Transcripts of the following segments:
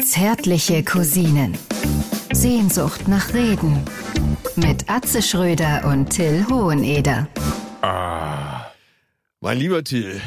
Zärtliche Cousinen. Sehnsucht nach Reden. Mit Atze Schröder und Till Hoheneder. Ah. Mein lieber Till,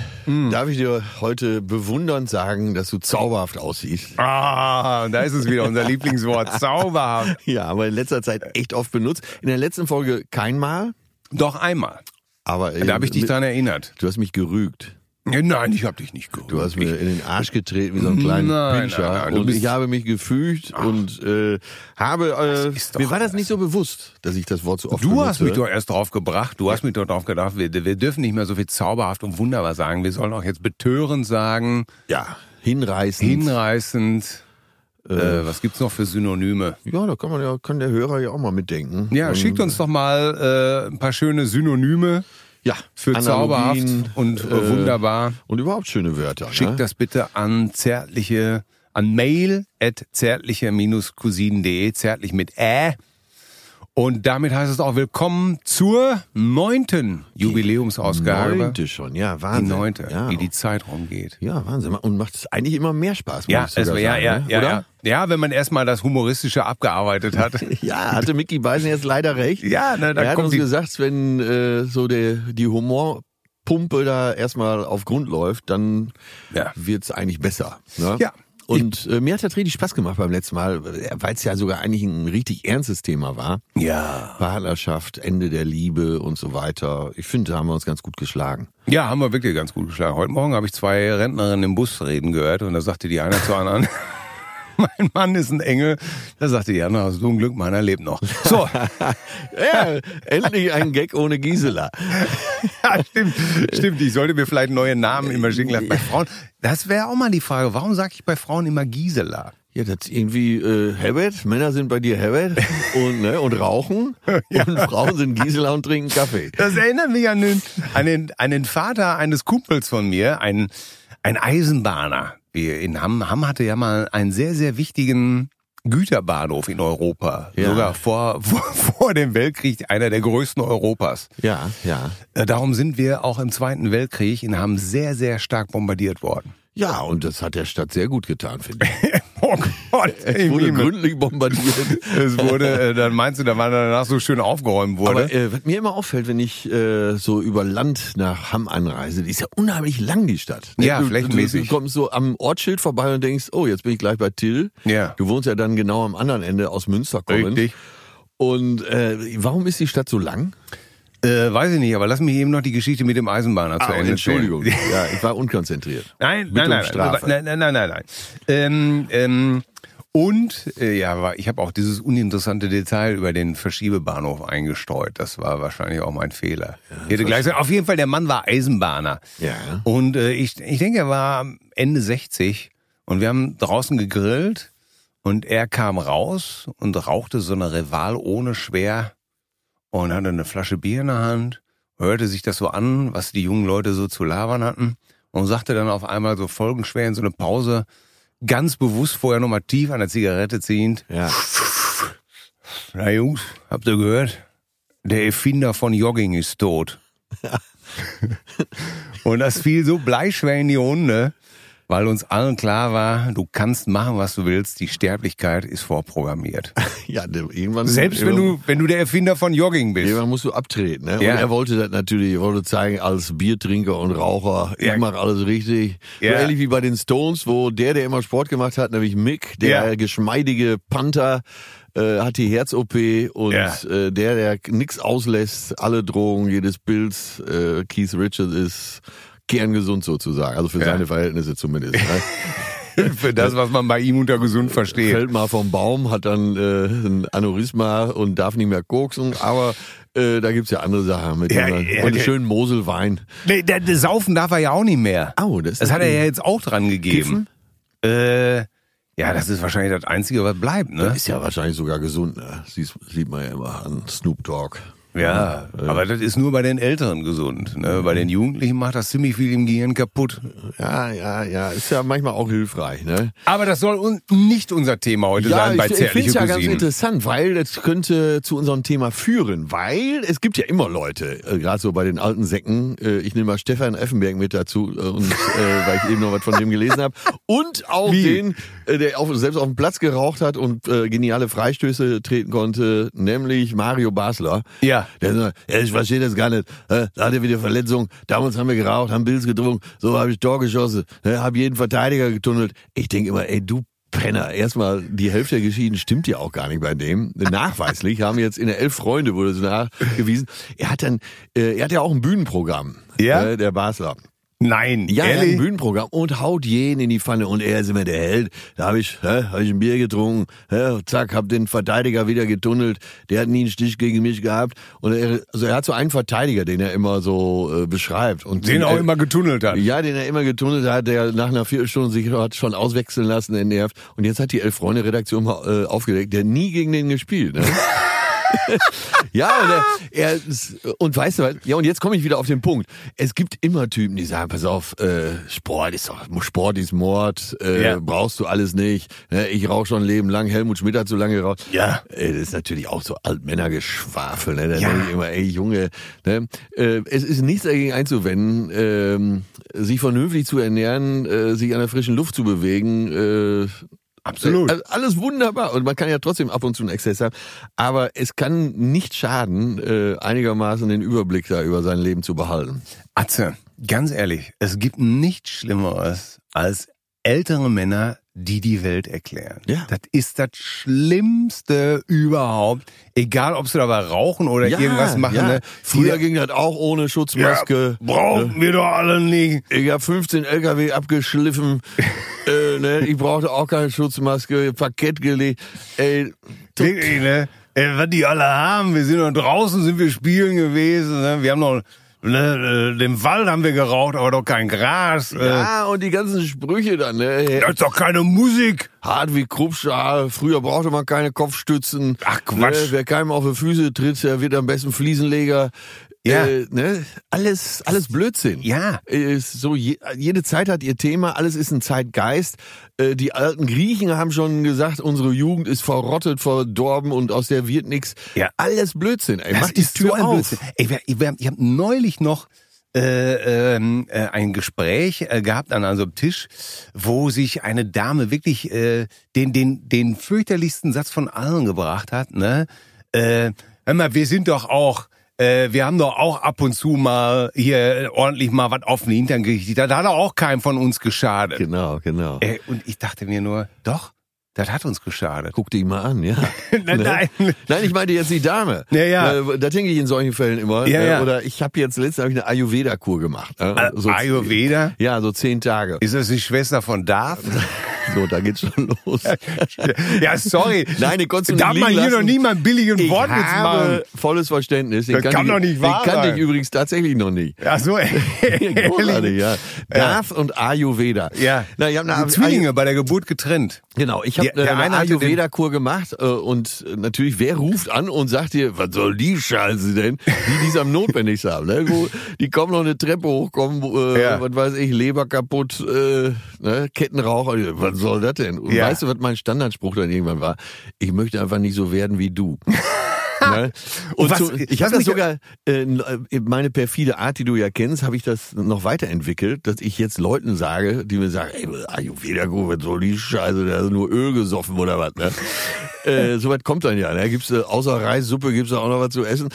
darf ich dir heute bewundernd sagen, dass du zauberhaft aussiehst? Ah, da ist es wieder, unser Lieblingswort. Zauberhaft. Ja, aber in letzter Zeit echt oft benutzt. In der letzten Folge kein Mal, Doch einmal. aber Da habe ich dich mit- dran erinnert. du hast mich gerügt. Nein, ich habe dich nicht geholt. Du hast mir in den Arsch getreten wie so einen kleinen Nein, Pinscher. nein, nein, du und bist- ich habe mich gefügt und äh, habe... ist Äh, doch mir war das nicht so bewusst, dass ich das Wort so oft Du benutze. hast mich doch erst drauf gebracht. Du hast mich doch drauf gedacht, wir, wir dürfen nicht mehr so viel zauberhaft und wunderbar sagen. Wir sollen auch jetzt betörend sagen, Ja, hinreißend. hinreißend. Äh, was gibt's noch für Synonyme? ja, da kann, man ja, kann der Hörer ja auch mal mitdenken. Ja, Und- schickt uns doch mal äh, ein paar schöne Synonyme ja, für Analogien, zauberhaft und äh, äh, wunderbar. Und überhaupt schöne Wörter. ne? Schickt das bitte an zärtliche, an mail at zärtliche-cousinen.de, zärtlich mit Ä. Und damit heißt es auch willkommen zur neunten Jubiläumsausgabe. Neunte schon, ja, Die Wahnsinn. neunte, Ja, oh. wie die Zeit rumgeht. ja Wahnsinn. Und macht es eigentlich immer mehr Spaß, muss Ja, ich es, sogar war- ja, sagen, ja, ne? ja, oder? ja. ja, wenn man erstmal das Humoristische abgearbeitet hat. Ja, hatte Mickey Beisen jetzt leider recht. Ja, ne, da er hat kommt uns die- gesagt, wenn äh, so der, die Humorpumpe da erstmal auf Grund läuft, dann Ja. wird's eigentlich besser. Ne? Ja. Und äh, mir hat das richtig Spaß gemacht beim letzten Mal, weil es ja sogar eigentlich ein richtig ernstes Thema war. ja. Partnerschaft, Ende der Liebe und so weiter. Ich finde, da haben wir uns ganz gut geschlagen. Ja, haben wir wirklich ganz gut geschlagen. Heute Morgen habe ich zwei Rentnerinnen im Bus reden gehört und da sagte die eine zur anderen, mein Mann ist ein Engel. Da sagte die andere, so ein Glück, meiner lebt noch. So, Ja, endlich ein Gag ohne Gisela. ja, stimmt, stimmt. Ich sollte mir vielleicht neue Namen immer schicken lassen. Bei Frauen, das wäre auch mal die Frage, warum sage ich bei Frauen immer Gisela? Ja, das irgendwie äh, Herbert, Männer sind bei dir Herbert und, ne, und rauchen und Frauen sind Gisela und trinken Kaffee. Das erinnert mich an den, an den, an den Vater eines Kumpels von mir, ein, ein Eisenbahner. Wir in Hamm, Hamm hatte ja mal einen sehr, sehr wichtigen Güterbahnhof in Europa. Ja. Sogar vor, vor, vor dem Weltkrieg einer der größten Europas. Ja, ja. Äh, Darum sind wir auch im Zweiten Weltkrieg in Hamm sehr, sehr stark bombardiert worden. Ja, und das hat der Stadt sehr gut getan, finde ich. Oh Gott, Es wurde im Himmel. gründlich bombardiert. es wurde, äh, dann meinst du, da war danach so schön aufgeräumt wurde. Aber äh, was mir immer auffällt, wenn ich äh, so über Land nach Hamm anreise, die ist ja unheimlich lang, die Stadt. Ne? Ja, du, Du, du flächenmäßig. kommst so am Ortsschild vorbei und denkst, oh, jetzt bin ich gleich bei Till. Ja. Du wohnst ja dann genau am anderen Ende aus Münster kommend. Richtig. Und äh, warum ist die Stadt so lang? äh, weiß ich nicht, aber lass mich eben noch die Geschichte mit dem Eisenbahner zu Ende Ah, Entschuldigung. stellen. Ja, ich war unkonzentriert. Ah, Nein, Mit um nein, also, ne nein, nein, Strafe. nein, nein, nein, nein, nein. Ähm, ähm, und äh, ja, war- ich habe auch dieses uninteressante Detail über den Verschiebebahnhof eingestreut. Das war wahrscheinlich auch mein Fehler. Ich hätte gleich gesagt, auf jeden Fall, der Mann war Eisenbahner. Ja. Und äh, ich, ich denke, er war Ende 60 und wir haben draußen gegrillt und er kam raus und rauchte so eine Reval ohne schwer und hatte eine Flasche Bier in der Hand, hörte sich das so an, was die jungen Leute so zu labern hatten und sagte dann auf einmal so folgenschwer in so eine Pause, ganz bewusst vorher nochmal tief an der Zigarette ziehend, Ja. na Jungs, habt ihr gehört? Der Erfinder von Jogging ist tot. Und das fiel so bleischwer in die Runde, weil uns allen klar war, du kannst machen, was du willst, die Sterblichkeit ist vorprogrammiert. Ja, der- irgendwann. Selbst wenn du, wenn du der Erfinder von Jogging bist. Irgendwann musst du abtreten, ne? Und Ja. er wollte das natürlich, er wollte zeigen, als Biertrinker und Raucher, Ja. ich mache alles richtig. Ja. So ähnlich wie bei den Stones, wo der, der immer Sport gemacht hat, nämlich Mick, der Ja. geschmeidige Panther, äh, hat die Herz-OP und Ja. äh, der, der nix auslässt, alle Drogen, jedes Pilz, äh, Keith Richards ist kerngesund sozusagen, also für Ja. seine Verhältnisse zumindest. Ne? Für das, was man bei ihm unter gesund versteht. fällt mal vom Baum, hat dann äh, ein Aneurysma und darf nicht mehr koksen, aber äh, da gibt's ja andere Sachen mit Ja, denen man- ja, und einen ja. schönen Moselwein. Nee, der, der Saufen darf er ja auch nicht mehr. Au, das ist das hat er natürlich- ja jetzt auch dran gegeben. Äh, ja, das ist wahrscheinlich das Einzige, was bleibt, ne? Ist ja wahrscheinlich sogar gesund, ne? Sieht, sieht man ja immer an Snoop Dogg. Ja, Äh, aber das ist nur bei den Älteren gesund. Ne? Bei den Jugendlichen macht das ziemlich viel im Gehirn kaputt. Ja, ja, ja. Ist ja manchmal auch hilfreich, ne? Aber das soll un nicht unser Thema heute sein bei ich, ich finde zärtliche es ja ganz Cousinen. interessant, weil das könnte zu unserem Thema führen, weil es gibt ja immer Leute, äh, gerade so bei den alten Säcken, äh, ich nehme mal Stefan Effenberg mit dazu, äh, und, äh, weil ich eben noch was von dem gelesen habe, und auch Wie? den, äh, der auf, selbst auf dem Platz geraucht hat und äh, geniale Freistöße treten konnte, nämlich Mario Basler. Ja. Der sagt, ja, ich verstehe das gar nicht. Äh, Da hat er wieder Verletzung. Damals haben wir geraucht, haben Bills getrunken. So habe ich Tor geschossen. ne, Habe jeden Verteidiger getunnelt. Ich denke immer, ey, du Penner. Erstmal, die Hälfte der Geschichten stimmt ja auch gar nicht bei dem. Nachweislich haben jetzt in der Elf Freunde wurde es nachgewiesen. Er hat dann, äh, er hat ja auch ein Bühnenprogramm. Ja? Äh, der Basler. Nein, Ja, er hat ein ehrlich? Bühnenprogramm und haut jeden in die Pfanne und er ist immer der Held. Da habe ich, hä, hab ich ein Bier getrunken, hä, zack, hab den Verteidiger wieder getunnelt. Der hat nie einen Stich gegen mich gehabt. Und er, also er hat so einen Verteidiger, den er immer so äh, beschreibt. Und Den auch er, immer getunnelt hat. Ja, den er immer getunnelt hat, der nach einer Viertelstunde sich hat schon auswechseln lassen, der nervt. Und jetzt hat die Elf-Freunde-Redaktion mal äh, aufgedeckt, der hat nie gegen den gespielt. Ne? Ja, und, er, er, ist- und weißt du was? Ja, und jetzt komme ich wieder auf den Punkt. Es gibt immer Typen, die sagen, pass auf, äh, Sport ist doch, Sport ist Mord, äh, Ja. brauchst du alles nicht. Ne, ich rauche schon ein Leben lang, Helmut Schmidt hat so lange geraucht. Ja. Äh, das ist natürlich auch so Altmännergeschwafel. Ne? Da Ja. denke ich immer, ey Junge, ne? äh, es ist nichts dagegen einzuwenden, ähm, sich vernünftig zu ernähren, äh, sich an der frischen Luft zu bewegen, äh, Absolut. also alles wunderbar. Und man kann ja trotzdem ab und zu einen Exzess haben. Aber es kann nicht schaden, äh, einigermaßen den Überblick da über sein Leben zu behalten. Atze, ganz ehrlich, es gibt nichts Schlimmeres als ältere Männer, die die Welt erklären. Ja. Das ist das Schlimmste überhaupt. Egal, ob sie dabei rauchen oder irgendwas machen. Ne? Früher Die- ging das auch ohne Schutzmaske. brauchen wir doch alle nicht. Ich habe 15 LKW abgeschliffen. äh, ne? Ich brauchte auch keine Schutzmaske. Parkett gelegt. Ey, Wirklich, ne? Äh, Was die alle haben. Wir sind noch draußen, sind wir spielen gewesen. Ne? Wir haben noch ne, äh, den Wald haben wir geraucht, aber doch kein Gras. Äh, ja, und die ganzen Sprüche dann. Ne? das ist doch keine Musik. Hart wie Kruppstahl. Früher brauchte man keine Kopfstützen. Ach, Quatsch. Ne? Wer keinem auf die Füße tritt, der wird am besten Fliesenleger. Ja. Äh, ne? Alles, alles Blödsinn. Ja. Ist so je, jede Zeit hat ihr Thema, alles ist ein Zeitgeist. Äh, die alten Griechen haben schon gesagt, unsere Jugend ist verrottet, verdorben und aus der wird nichts. Ja. Alles Blödsinn. Ey, Das mach die ist Tür so ein auf. Blödsinn. Ey, wir, wir, ich habe neulich noch äh, ähm, äh, ein Gespräch äh, gehabt an einem Tisch, wo sich eine Dame wirklich äh, den, den, den fürchterlichsten Satz von allen gebracht hat. Ne? Äh, hör mal, wir sind doch auch, äh, wir haben doch auch ab und zu mal hier ordentlich mal was auf den Hintern gerichtet. Da hat doch auch keinem von uns geschadet. Genau, genau. Äh, und ich dachte mir nur, doch, das hat uns geschadet. Guck dich mal an, ja. Nein, Ne? nein. Nein, ich meinte jetzt die Dame. Ja, ja. Äh, Da denke ich in solchen Fällen immer. Ja, Äh, ja. Oder ich habe jetzt letztens hab ich eine Ayurveda-Kur gemacht. Äh, so- Ayurveda? Ja, so zehn Tage. Ist das die Schwester von Darth? So, da geht's schon los. Ja, sorry. Nein, den konntest du Darf nicht man liegen hier noch lassen. nie mal einen billigen Ich Wortwitz machen? habe volles Verständnis. Den Das kann ich, doch nicht wahr Den kannte sein. ich übrigens tatsächlich noch nicht. Ach so, Großartig, ehrlich. ja. Darf und Ayurveda. Ja, Na, ich hab eine die Zwillinge bei der Geburt getrennt. Genau, ich habe Der- der eine eine hatte den- Ayurveda-Kur gemacht äh, und äh, natürlich, wer ruft an und sagt dir, was soll die Scheiße denn, die dies am notwendigsten haben. Ne? Wo, die kommen noch eine Treppe hoch, kommen, äh, Ja. was weiß ich, Leber kaputt, äh, ne? Kettenraucher, was soll das denn? Und Ja. weißt du, was mein Standardspruch dann irgendwann war? Ich möchte einfach nicht so werden wie du. Ne? Und Was- zu, ich habe was mich- das sogar, äh, meine perfide Art, die du ja kennst, habe ich das noch weiterentwickelt, dass ich jetzt Leuten sage, die mir sagen, ey, Ayurveda, gut, was soll die Scheiße, da ist nur Öl gesoffen oder was. Ne? äh, Soweit kommt dann ja. Ne? Gibt's, äh, außer Reissuppe gibt's da auch noch was zu essen.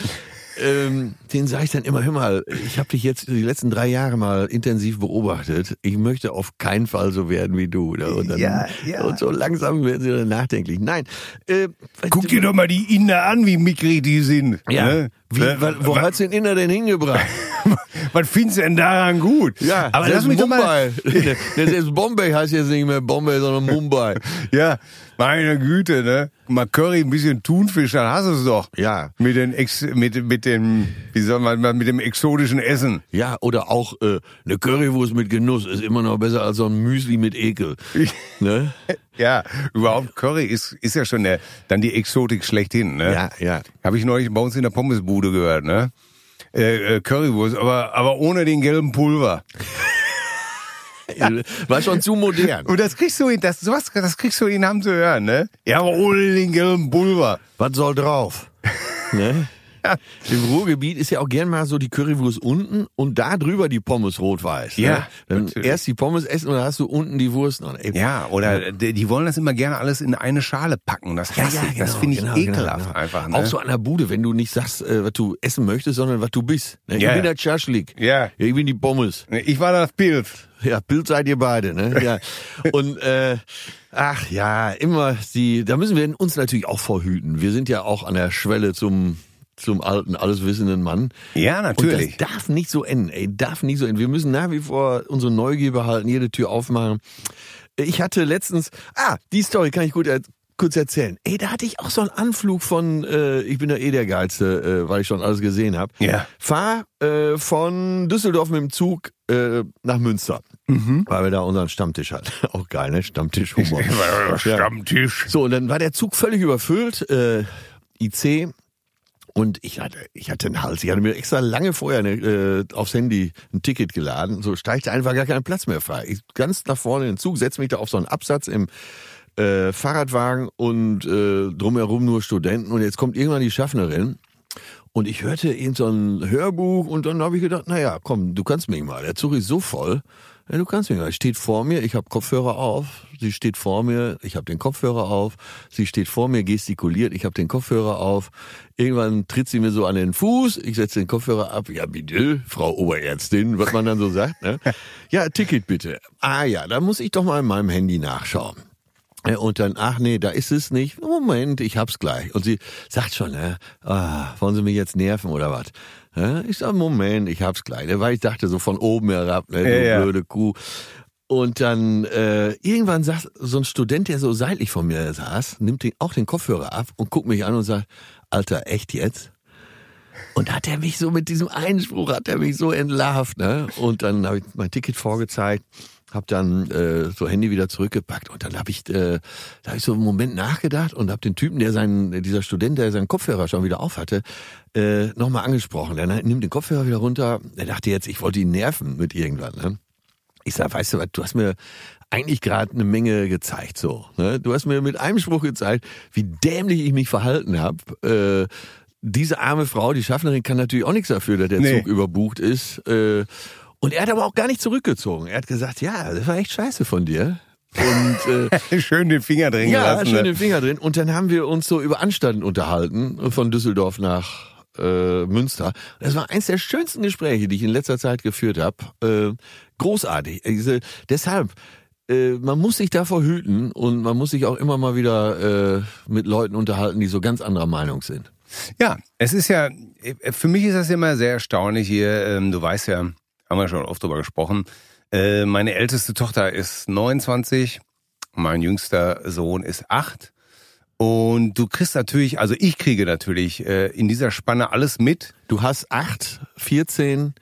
Ähm, den sage ich dann immer, hör mal, ich habe dich jetzt die letzten drei Jahre mal intensiv beobachtet. Ich möchte auf keinen Fall so werden wie du. Ne? Und, dann, Ja, ja. und so langsam werden sie dann nachdenklich. Nein. Äh, Guck dir doch mal die Inder an, wie mickrig die sind. ja. Ne? Wie, Äh, wa- wo wa- hat's den Inner denn hingebracht? Was findest du denn daran gut? aber lass selbst mich doch mal. Mumbai. Ne, Das ist Bombay heißt jetzt nicht mehr Bombay, sondern Mumbai. Ja, meine Güte, ne? Mal Curry, ein bisschen Thunfisch, dann hast du es doch. Ja. Mit den Ex, mit, mit dem, wie soll man, mit dem exotischen Essen. Ja, oder auch äh, eine Currywurst mit Genuss ist immer noch besser als so ein Müsli mit Ekel. Ne? Ja, überhaupt Curry ist, ist ja schon der, dann die Exotik schlechthin, ne? Ja, ja. Habe ich neulich bei uns in der Pommesbude gehört, ne? Äh, äh, Currywurst, aber, aber ohne den gelben Pulver. War schon zu modern. Und das kriegst du, in- das, sowas, das kriegst du in Hamm zu hören, ne? Ja, aber ohne den gelben Pulver. Was soll drauf? ne? Im Ruhrgebiet ist ja auch gern mal so die Currywurst unten und da drüber die Pommes rot-weiß. ne? Ja, Dann natürlich. erst die Pommes essen und dann hast du unten die Wurst noch. Ey, Ja, oder die, die wollen das immer gerne alles in eine Schale packen. Das, hasse ich. das genau, finde ich genau, genau, ekelhaft genau. einfach. Ne? Auch so an der Bude, wenn du nicht sagst, äh, was du essen möchtest, sondern was du bist. Ne? Ich Ja. bin der Tschaschlik. Ja. Ich bin die Pommes. Ich war das Pilz. Ja, Bild seid ihr beide, ne? Ja. Und äh, ach ja, immer die. Da müssen wir uns natürlich auch vorhüten. Wir sind ja auch an der Schwelle zum zum alten, alles wissenden Mann. Ja, natürlich. Und das darf nicht so enden, ey, darf nicht so enden. Wir müssen nach wie vor unsere Neugier behalten, jede Tür aufmachen. Ich hatte letztens, ah, die Story kann ich gut er kurz erzählen. Ey, da hatte ich auch so einen Anflug von, äh, ich bin doch eh der Geilste, äh, weil ich schon alles gesehen habe. Ja. Fahr äh, von Düsseldorf mit dem Zug äh, nach Münster, Mhm. weil wir da unseren Stammtisch hatten. Auch geil, ne? Stammtischhumor. Stammtisch. So, und dann war der Zug völlig überfüllt, äh, IC. Und ich hatte, ich hatte einen Hals. Ich hatte mir extra lange vorher eine, äh, aufs Handy ein Ticket geladen. So steigte einfach gar keinen Platz mehr frei. Ich ganz nach vorne in den Zug, setze mich da auf so einen Absatz im äh, Fahrradwagen und äh, drumherum nur Studenten. Und jetzt kommt irgendwann die Schaffnerin. Und ich hörte irgend so ein Hörbuch und dann habe ich gedacht, naja, komm, du kannst mich mal. Der Zug ist so voll. Ja, du kannst mich mal. Steht vor mir, ich habe Kopfhörer auf. Sie steht vor mir, ich habe den Kopfhörer auf. Sie steht vor mir, gestikuliert, ich habe den Kopfhörer auf. Irgendwann tritt sie mir so an den Fuß, ich setze den Kopfhörer ab. Ja, bitte, Frau Oberärztin, was man dann so sagt. Ne? Ja, Ticket bitte. Ah ja, da muss ich doch mal in meinem Handy nachschauen. Äh, Und dann, ach nee, da ist es nicht. Moment, ich hab's gleich. Und sie sagt schon, ne, ah, wollen Sie mich jetzt nerven oder was? Ja, Ich sag, Moment, ich hab's gleich. ne, Weil ich dachte so von oben herab, ne, du Ja, ja. blöde Kuh. Und dann äh, irgendwann sagt so ein Student, der so seitlich von mir saß, nimmt den, auch den Kopfhörer ab und guckt mich an und sagt, Alter, echt jetzt? Und hat er mich so mit diesem Einspruch, hat er mich so entlarvt. Ne? Und dann habe ich mein Ticket vorgezeigt, habe dann äh, so Handy wieder zurückgepackt. Und dann habe ich, äh, da habe ich so einen Moment nachgedacht und habe den Typen, der seinen, dieser Student, der seinen Kopfhörer schon wieder auf hatte, äh, nochmal angesprochen. Der ne, nimmt den Kopfhörer wieder runter. Er dachte jetzt, ich wollte ihn nerven mit irgendwas. Ne? Ich sag, weißt du was, du hast mir eigentlich gerade eine Menge gezeigt, so. Ne? Du hast mir mit einem Spruch gezeigt, wie dämlich ich mich verhalten habe. Äh, diese arme Frau, die Schaffnerin, kann natürlich auch nichts dafür, dass der Nee. Zug überbucht ist. Äh, und er hat aber auch gar nicht zurückgezogen. Er hat gesagt, ja, das war echt scheiße von dir. Und äh, Schön den Finger drin ja, gelassen. schön ne? den Finger drin. Und dann haben wir uns so über Anstand unterhalten, von Düsseldorf nach äh, Münster. Das war eins der schönsten Gespräche, die ich in letzter Zeit geführt habe. Äh, großartig. Äh, Diese, deshalb, äh, man muss sich davor hüten und man muss sich auch immer mal wieder äh, mit Leuten unterhalten, die so ganz anderer Meinung sind. Ja, es ist ja, äh, für mich ist das immer sehr erstaunlich hier. Ähm, Du weißt ja, haben wir schon oft drüber gesprochen. äh, Meine älteste Tochter ist 29, mein jüngster Sohn ist 8. Und du kriegst natürlich, also ich kriege natürlich äh, in dieser Spanne alles mit. Du hast 8, 14,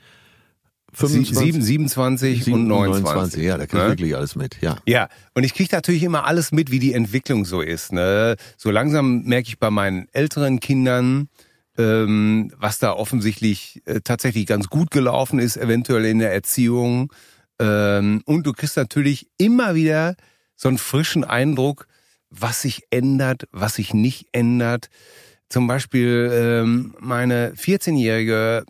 Sie- 25, sieben- 27 und 29. Ja, da kriegst du Ne? wirklich alles mit. Ja. Ja, und ich kriege natürlich immer alles mit, wie die Entwicklung so ist. Ne? So langsam merke ich bei meinen älteren Kindern, ähm, was da offensichtlich äh, tatsächlich ganz gut gelaufen ist, eventuell in der Erziehung. Ähm, und du kriegst natürlich immer wieder so einen frischen Eindruck, was sich ändert, was sich nicht ändert. Zum Beispiel ähm, meine 14-Jährige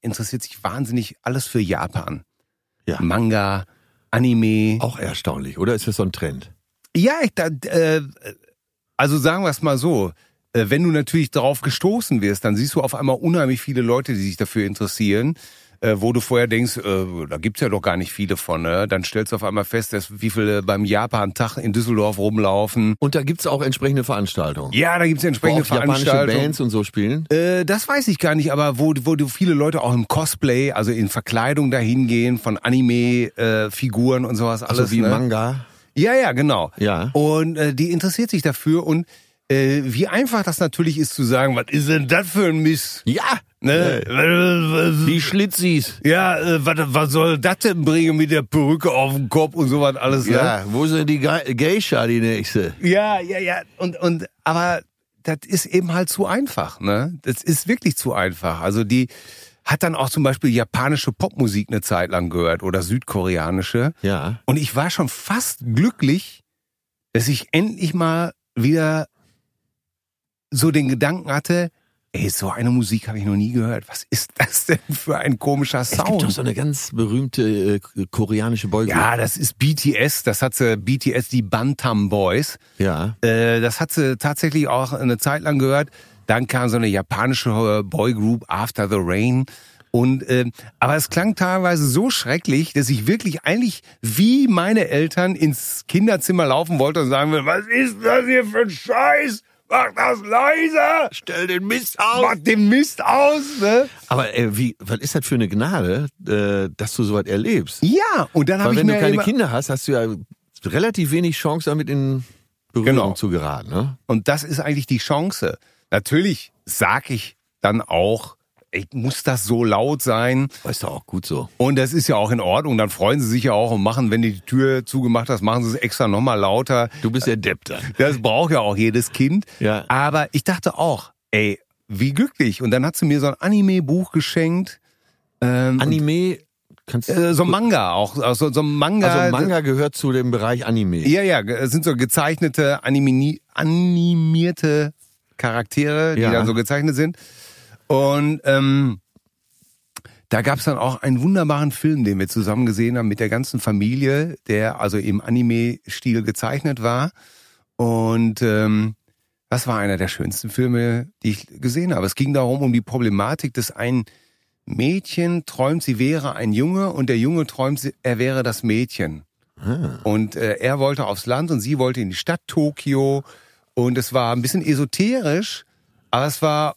interessiert sich wahnsinnig alles für Japan. Ja. Manga, Anime. Auch erstaunlich, oder? Ist das so ein Trend? Ja, ich, da, äh, also sagen wir es mal so. äh, Wenn du natürlich darauf gestoßen wirst, dann siehst du auf einmal unheimlich viele Leute, die sich dafür interessieren, äh, wo du vorher denkst, äh, da gibt's ja doch gar nicht viele von. Ne? Dann stellst du auf einmal fest, dass wie viele beim Japan-Tag in Düsseldorf rumlaufen. Und da gibt's auch entsprechende Veranstaltungen. Ja, da gibt's Wo entsprechende auch japanische Veranstaltungen. Bands und so spielen. Äh, das weiß ich gar nicht, aber wo, wo du viele Leute auch im Cosplay, also in Verkleidung dahingehen von Anime-Figuren und sowas alles. Also wie ne? Manga. Ja, ja, genau. Ja. Und äh, die interessiert sich dafür und äh, wie einfach das natürlich ist zu sagen, was ist denn das für ein Mist? Ja! Ne? Die Schlitzis. Ja, äh, was, was soll das denn bringen mit der Perücke auf dem Kopf und sowas alles? Ne? Ja, wo ist denn die Ge Geisha, die nächste? Ja, ja, ja. Und, und, aber das ist eben halt zu einfach, ne? Das ist wirklich zu einfach. Also die hat dann auch zum Beispiel japanische Popmusik eine Zeit lang gehört oder südkoreanische. Ja. Und ich war schon fast glücklich, dass ich endlich mal wieder so den Gedanken hatte, ey, so eine Musik habe ich noch nie gehört. Was ist das denn für ein komischer Es gibt doch Sound? so eine ganz berühmte äh, koreanische Boygroup. Ja, das ist BTS, das hat äh, sie, BTS, die Bantam Boys. ja. Äh, das hat sie tatsächlich auch eine Zeit lang gehört. Dann kam so eine japanische äh, Boygroup After the Rain. Und äh, aber es klang teilweise so schrecklich, dass ich wirklich eigentlich wie meine Eltern ins Kinderzimmer laufen wollte und sagen will, was ist das hier für ein Scheiß? Mach das leiser! Stell den Mist Mach den Mist aus! Ne? Aber äh, wie, was ist das für eine Gnade, äh, dass du sowas erlebst? Ja, und dann habe Weil ich wenn mir du keine immer, Kinder hast, hast du ja relativ wenig Chance, damit in Berührung Genau. zu geraten. Ne? Und das ist eigentlich die Chance. Natürlich sag ich dann auch, ich muss das so laut sein. Aber Ist doch auch gut so. Und das ist ja auch in Ordnung. Dann freuen sie sich ja auch und machen, wenn du die Tür zugemacht hast, machen sie es extra nochmal lauter. Du bist der Depp dann. Das braucht ja auch jedes Kind. Ja. Aber ich dachte auch, ey, wie glücklich. Und dann hat sie mir so ein Anime-Buch geschenkt. Ähm, Anime, kannst äh, so ein Manga auch. Also so ein Manga. Also Manga gehört zu dem Bereich Anime. Ja, ja, es sind so gezeichnete, animini- animierte Charaktere, die Ja. dann so gezeichnet sind. Und ähm, da gab's dann auch einen wunderbaren Film, den wir zusammen gesehen haben mit der ganzen Familie, der also im Anime-Stil gezeichnet war. Und ähm, das war einer der schönsten Filme, die ich gesehen habe. Es ging darum, um die Problematik, dass ein Mädchen träumt, sie wäre ein Junge und der Junge träumt, sie- er wäre das Mädchen. Und äh, er wollte aufs Land und sie wollte in die Stadt Tokio. Und es war ein bisschen esoterisch, aber es war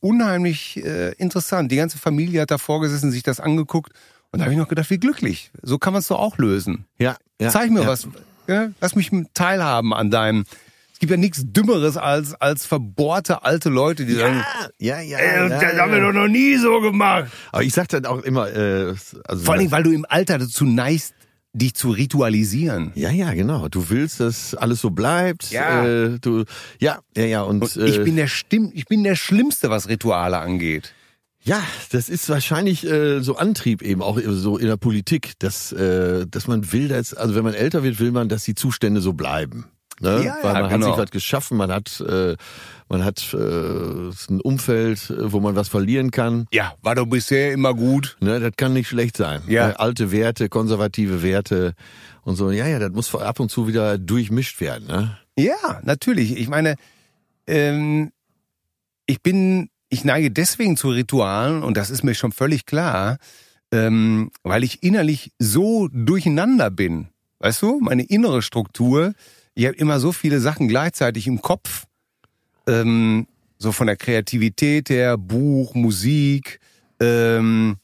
unheimlich äh, interessant. Die ganze Familie hat davor gesessen, sich das angeguckt. Und da habe ich noch gedacht, wie glücklich. So kann man es doch auch lösen. ja, ja, Zeig mir ja. was. Ja, lass mich teilhaben an deinem. Es gibt ja nichts Dümmeres als, als verbohrte alte Leute, die sagen, Ah, ja, ja, äh, ja, das haben wir ja. doch noch nie so gemacht. Aber ich sag dann auch immer, äh, also Vor allen Dingen, weil du im Alter dazu neigst, dich zu ritualisieren. ja, ja, genau. Du willst, dass alles so bleibt. Ja. äh, du, ja, ja, ja. Und, Ich äh, bin der Stimm, ich bin der Schlimmste, was Rituale angeht. Ja, das ist wahrscheinlich äh, so Antrieb eben auch äh, so in der Politik, dass äh, dass man will, dass also wenn man älter wird, will man, dass die Zustände so bleiben. Ne? Ja, Weil ja, man genau. hat sich was geschaffen, man hat äh, man hat äh, ein Umfeld, äh, wo man was verlieren kann. Ja, war doch bisher immer gut. Ne, das kann nicht schlecht sein. Ja. Äh, alte Werte, konservative Werte und so. Ja, ja, das muss vor- ab und zu wieder durchmischt werden. Ne? Ja, natürlich. Ich meine, ähm, ich bin, ich neige deswegen zu Ritualen und das ist mir schon völlig klar, ähm, weil ich innerlich so durcheinander bin. Weißt du, meine innere Struktur, ich habe immer so viele Sachen gleichzeitig im Kopf. Ähm, so von der Kreativität her, Buch, Musik, ähm,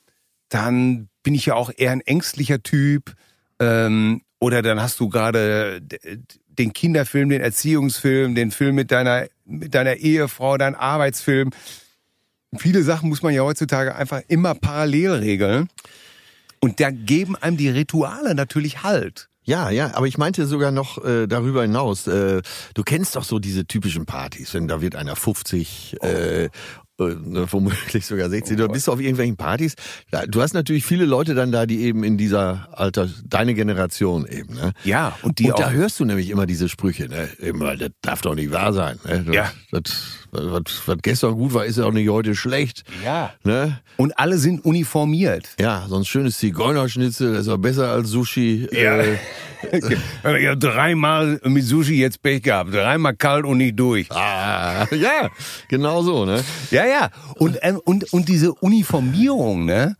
dann bin ich ja auch eher ein ängstlicher Typ. Ähm, oder dann hast du gerade d- den Kinderfilm, den Erziehungsfilm, den Film mit deiner, mit deiner Ehefrau, deinen Arbeitsfilm. Viele Sachen muss man ja heutzutage einfach immer parallel regeln. Und da geben einem die Rituale natürlich Halt. Ja, ja, aber ich meinte sogar noch äh, darüber hinaus. Äh, du kennst doch so diese typischen Partys, wenn da wird einer 50, äh, äh, ne, womöglich sogar 60. du bist auf irgendwelchen Partys. Da, du hast natürlich viele Leute dann da, die eben in dieser Alter, deine Generation eben. Ne? Ja, und die und da auch- hörst du nämlich immer diese Sprüche. Ne? Immer, das darf doch nicht wahr sein. Ne? Das, Ja. Das, was, was gestern gut war, ist ja auch nicht heute schlecht. Ja. Ne? Und alle sind uniformiert. Ja, so ein schönes Zigeunerschnitzel ist doch besser als Sushi. Äh, Ich habe dreimal mit Sushi jetzt Pech gehabt. Dreimal kalt und nicht durch. Ah, ja, genau so, ne? Ja, ja. Und, ähm, und, und diese Uniformierung, ne?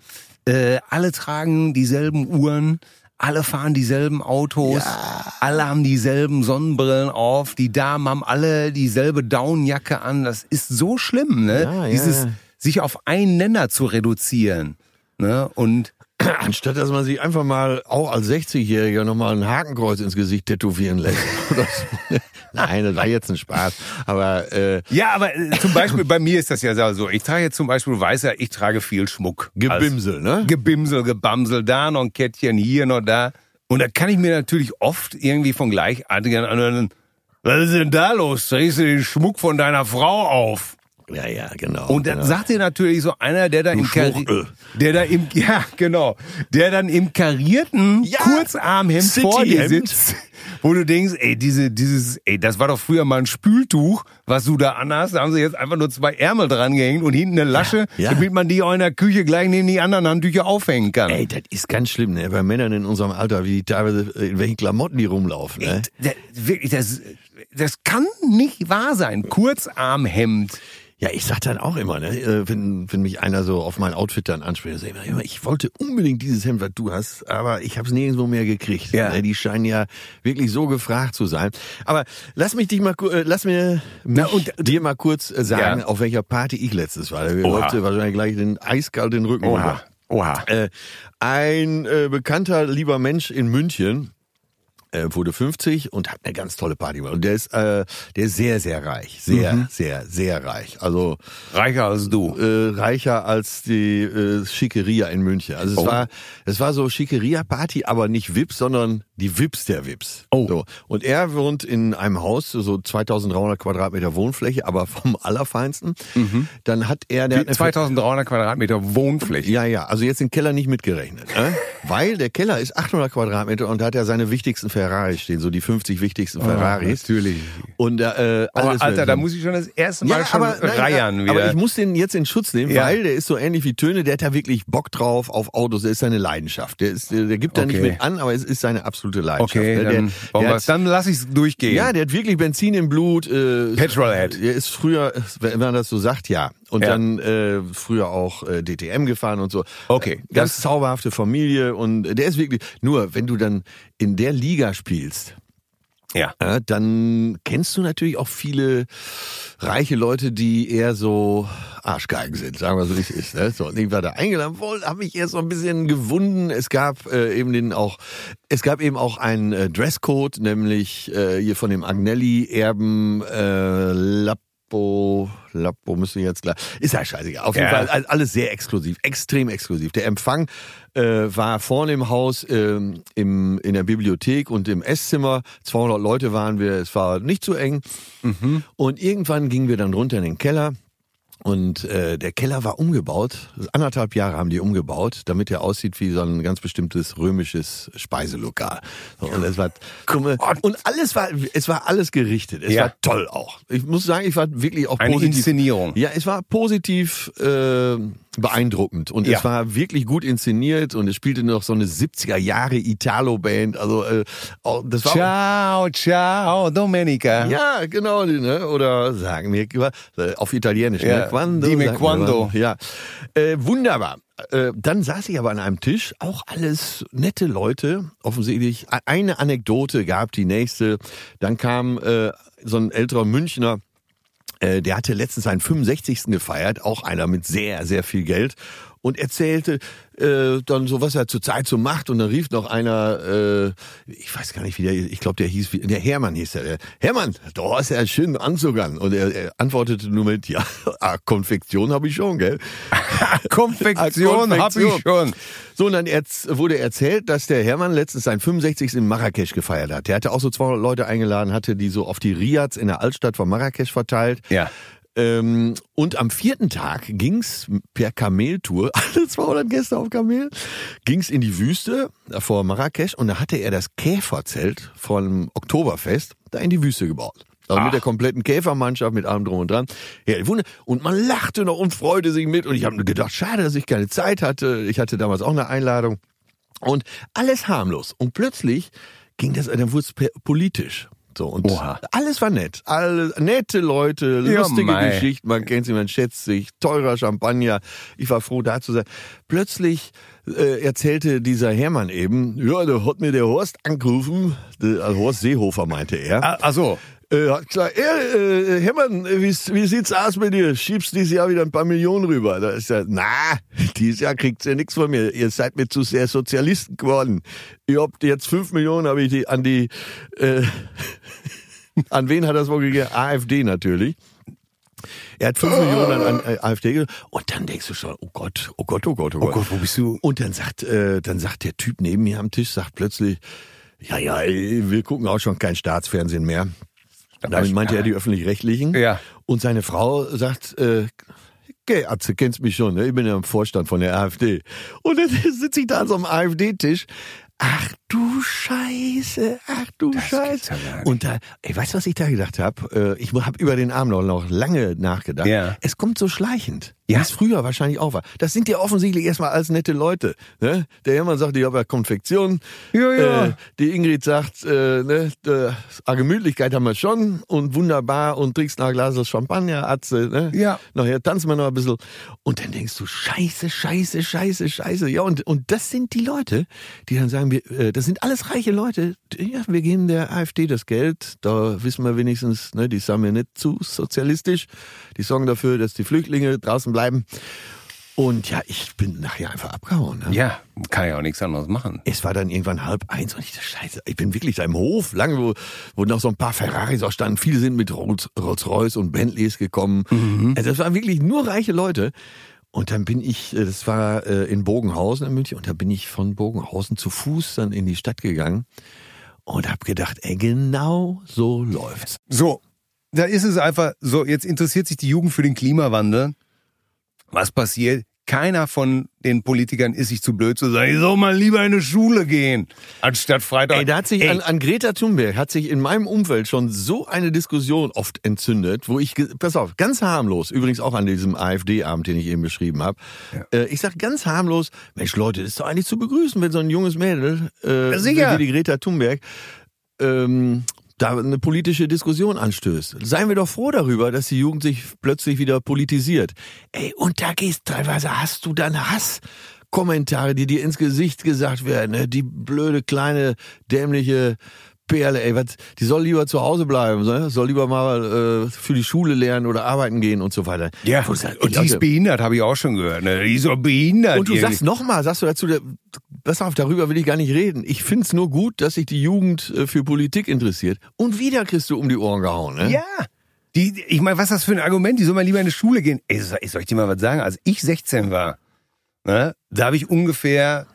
Äh, alle tragen dieselben Uhren, alle fahren dieselben Autos, alle haben dieselben Sonnenbrillen auf, die Damen haben alle dieselbe Downjacke an. Das ist so schlimm, ne? Ja, ja, Dieses ja. sich auf einen Nenner zu reduzieren. Ne? Und Anstatt dass man sich einfach mal auch als 60-Jähriger nochmal ein Hakenkreuz ins Gesicht tätowieren lässt. Oder so. Nein, das war jetzt ein Spaß. Aber äh, Ja, aber äh, zum Beispiel bei mir ist das ja so. Ich trage jetzt zum Beispiel, weiß ja, ich trage viel Schmuck. Also, Gebimsel, ne? Als Gebimsel, Gebamsel, da noch ein Kettchen, hier noch da. Und da kann ich mir natürlich oft irgendwie von Gleichartigen anhören, was ist denn da los? Drehst du den Schmuck von deiner Frau auf? Ja, ja, genau. Und dann genau. sagt dir natürlich so einer, der da im Kari Schwuchtel. der da im ja genau, der dann im karierten Ja, Kurzarmhemd vor dir Cityhemd. sitzt, wo du denkst, ey, diese dieses ey, das war doch früher mal ein Spültuch, was du da anhast, da haben sie jetzt einfach nur zwei Ärmel dran gehängt und hinten eine Lasche, Ja, ja. damit man die auch in der Küche gleich neben die anderen Handtücher aufhängen kann. Ey, das ist ganz schlimm, ne? Bei Männern in unserem Alter, wie die teilweise, äh, in welchen Klamotten die rumlaufen, ne? Da- wirklich, das das kann nicht wahr sein. Kurzarmhemd. Ja, ich sag dann auch immer, ne, äh, wenn, wenn mich einer so auf mein Outfit dann anspricht, sag ich immer, immer, ich wollte unbedingt dieses Hemd, was du hast, aber ich hab's nirgendwo mehr gekriegt. Ja. Ne, Die scheinen ja wirklich so gefragt zu sein. Aber lass mich dich mal, ku- äh, lass mir Na, mich und- dir mal kurz äh, sagen, Ja. auf welcher Party ich letztes war. Da Oha. läuft dir wahrscheinlich gleich den eiskalt den Rücken runter. Oha. Äh, ein äh, bekannter lieber Mensch in München äh, wurde 50 und hat eine ganz tolle Party gemacht. Und der ist, äh, der ist sehr, sehr reich. Sehr, Mhm. sehr, sehr reich. Also Reicher als du. äh, reicher als die äh, Schickeria in München. Also es Oh. war es war so Schickeria-Party, aber nicht Vips, sondern die Vips der Vips. Oh. So. Und er wohnt in einem Haus, so 2300 Quadratmeter Wohnfläche, aber vom Allerfeinsten. Mhm. Dann hat er... Der hat eine- 2300 Quadratmeter Wohnfläche. ja, ja, also jetzt den Keller nicht mitgerechnet. Ne? Weil der Keller ist 800 Quadratmeter und da hat er seine wichtigsten Ferraris stehen, so die 50 wichtigsten Ferraris. Ah, natürlich. Und äh, Aber alles Alter, wird- da muss ich schon das erste Mal schon reiern nein, wieder. Aber ich muss den jetzt in Schutz nehmen, Ja. weil der ist so ähnlich wie Töne, der hat da wirklich Bock drauf auf Autos, der ist seine Leidenschaft. Der, ist, der, der gibt da nicht Okay. mit an, aber es ist seine absolute Leidenschaft. okay, ne? dann, der, warum der was? dann lass ich es durchgehen. ja, der hat wirklich Benzin im Blut. Äh, Petrolhead. Er ist früher, wenn man das so sagt, ja. Und Ja. dann äh, früher auch äh, DTM gefahren und so. Okay. Äh, Ganz zauberhafte Familie und äh, der ist wirklich. Nur, wenn du dann in der Liga spielst, ja. ja, Äh, dann kennst du natürlich auch viele reiche Leute, die eher so Arschgeigen sind, sagen wir so, wie es ist. Ne? So, und ich war da eingeladen, wohl, habe mich erst so ein bisschen gewunden. Es gab äh, eben den auch, es gab eben auch einen äh, Dresscode, nämlich äh, hier von dem Agnelli-Erben äh, Lappo. Lappo müssen wir jetzt klar. Ist ja scheißegal. Auf jeden Ja. Fall also alles sehr exklusiv, extrem exklusiv. Der Empfang äh, war vorne im Haus ähm, im, in der Bibliothek und im Esszimmer. 200 Leute waren wir, es war nicht zu eng. Mhm. Und irgendwann gingen wir dann runter in den Keller. Und äh, der Keller war umgebaut. Anderthalb Jahre haben die umgebaut, damit er aussieht wie so ein ganz bestimmtes römisches Speiselokal. So, Und es war dumme, und alles war, es war alles gerichtet. Es Ja. war toll auch. Ich muss sagen, ich war wirklich auch Eine positiv. Inszenierung. Ja, es war positiv äh, beeindruckend und Ja. es war wirklich gut inszeniert und es spielte noch so eine 70er Jahre Italo-Band. Also äh, auch- das war Ciao, ciao, Domenica. ja, genau, die, ne? Oder sagen wir äh, auf Italienisch, Ja, ne? Quando. dime sagt man, quando. Ja. Äh, wunderbar. Äh, Dann saß ich aber an einem Tisch, auch alles nette Leute, offensichtlich. A- Eine Anekdote gab die nächste. Dann kam äh, so ein älterer Münchner, äh, der hatte letztens seinen 65. gefeiert, auch einer mit sehr, sehr viel Geld und erzählte äh, dann so, was er zurzeit so macht und dann rief noch einer, äh, ich weiß gar nicht, wie der, ich glaube, der hieß, wie- der Hermann hieß der, der Hermann, du hast ja einen schönen Anzug an und er, er antwortete nur mit, ja, ah, Konfektion habe ich schon, gell? Konfektion hab ich schon. So, und dann erz- wurde erzählt, dass der Hermann letztens sein 65. in Marrakesch gefeiert hat. Der hatte auch so 200 Leute eingeladen, hatte die so auf die Riads in der Altstadt von Marrakesch verteilt. Ja. Ähm, und am vierten Tag ging's per Kameltour, alle 200 Gäste auf Kamel, ging's in die Wüste äh, vor Marrakesch und da hatte er das Käferzelt vom Oktoberfest da in die Wüste gebaut. Also Ach. mit der kompletten Käfermannschaft, mit allem drum und dran. Ja, Wunder. Und man lachte noch und freute sich mit und ich habe gedacht, schade, dass ich keine Zeit hatte. Ich hatte damals auch eine Einladung. Und alles harmlos. Und plötzlich ging das, dann wurde es pe- politisch. So, und Oha. alles war nett. Alle, nette Leute, Ja, lustige mei. Geschichten, man kennt sie, man schätzt sich, teurer Champagner. Ich war froh, da zu sein. Plötzlich äh, erzählte dieser Hermann eben, ja, da hat mir der Horst angerufen, der, also Horst Seehofer meinte er. Ah, Also, Äh, hat gesagt, "Ey, äh, Hermann, wie, wie sieht's aus mit dir? Schiebst dieses Jahr wieder ein paar Millionen rüber? Da ist er, na, dieses Jahr kriegt's ja nichts von mir. Ihr seid mir zu sehr Sozialisten geworden. Ihr habt jetzt fünf Millionen, habe ich die an die, äh, an wen hat das wohl gegeben? AfD natürlich. Er hat fünf Millionen an, äh, an AfD gegeben. Und dann denkst du schon, oh Gott, oh Gott, oh Gott, oh Gott. Gott, wo bist du? Und dann sagt, äh, dann sagt der Typ neben mir am Tisch, sagt plötzlich, ja, ja, ey, wir gucken auch schon kein Staatsfernsehen mehr. Damit meinte er die öffentlich-rechtlichen. Ja. Und seine Frau sagt, äh, Geh, Atze, kennst mich schon, ne? ich bin ja im Vorstand von der AfD. Und dann sitze ich da an so einem AfD-Tisch. Ach du Scheiße, ach du gibt's Scheiße. ja gar nicht. und da, ey, weißt du, was ich da gedacht habe? Ich habe über den Arm noch, noch lange nachgedacht. Ja. Es kommt so schleichend, Ja. wie es früher wahrscheinlich auch war. Das sind ja offensichtlich erstmal alles nette Leute. Ne? Der Hermann sagt, ich habe ja Konfektion. Ja, ja. Äh, die Ingrid sagt, äh, ne, äh, ah, Gemütlichkeit haben wir schon und wunderbar und trinkst noch ein Glas Champagner, Atze. Ne? Ja. Nachher tanzen wir noch ein bisschen. Und dann denkst du, scheiße, scheiße, scheiße, scheiße. Ja, und, und das sind die Leute, die dann sagen, wir, äh, das sind alles reiche Leute. Ja, wir geben der AfD das Geld. Da wissen wir wenigstens, ne, die sagen wir nicht zu sozialistisch. Die sorgen dafür, dass die Flüchtlinge draußen bleiben. Und ja, ich bin nachher einfach abgehauen. Ne? Ja, kann ja auch nichts anderes machen. Es war dann irgendwann halb eins und ich dachte, scheiße, ich bin wirklich da im Hof, lange, wo, wo noch so ein paar Ferraris auch standen. Viele sind mit Rolls- Rolls-Royce und Bentleys gekommen. Also das waren wirklich nur reiche Leute. Und dann bin ich, äh, das war äh, in Bogenhausen in München, und da bin ich von Bogenhausen zu Fuß dann in die Stadt gegangen und habe gedacht, ey, genau so läuft's. So, da ist es einfach so, jetzt interessiert sich die Jugend für den Klimawandel. Was passiert? Keiner von den Politikern ist sich zu blöd zu sagen, ich soll mal lieber in eine Schule gehen, anstatt Freitag. Ey, da hat sich Ey, an, an Greta Thunberg hat sich in meinem Umfeld schon so eine Diskussion oft entzündet, wo ich, ge- pass auf, ganz harmlos, übrigens auch an diesem AfD-Abend, den ich eben beschrieben habe. Äh, ich sag ganz harmlos, Mensch Leute, ist doch eigentlich zu begrüßen, wenn so ein junges Mädel äh, Sicher. wie die Greta Thunberg ähm, da eine politische Diskussion anstößt. Seien wir doch froh darüber, dass die Jugend sich plötzlich wieder politisiert. Ey, und da gehst teilweise, hast du dann Hass. Kommentare, die dir ins Gesicht gesagt werden, ne? die blöde, kleine, dämliche Perle, ey, was, die soll lieber zu Hause bleiben, ne? soll lieber mal äh, für die Schule lernen oder arbeiten gehen und so weiter. ja, Wo ich sag, und die ist Leute, behindert, habe ich auch schon gehört. Ne? Die ist doch behindert. und du irgendwie. sagst nochmal, sagst du dazu, der- pass auf, darüber will ich gar nicht reden. Ich find's nur gut, dass sich die Jugend äh, für Politik interessiert. Und wieder kriegst du um die Ohren gehauen, ne? Ja. Die, ich meine, was ist das für ein Argument? Die soll mal lieber in die Schule gehen. Ey, soll, soll ich dir mal was sagen? Als ich 16 war, ne, da habe ich ungefähr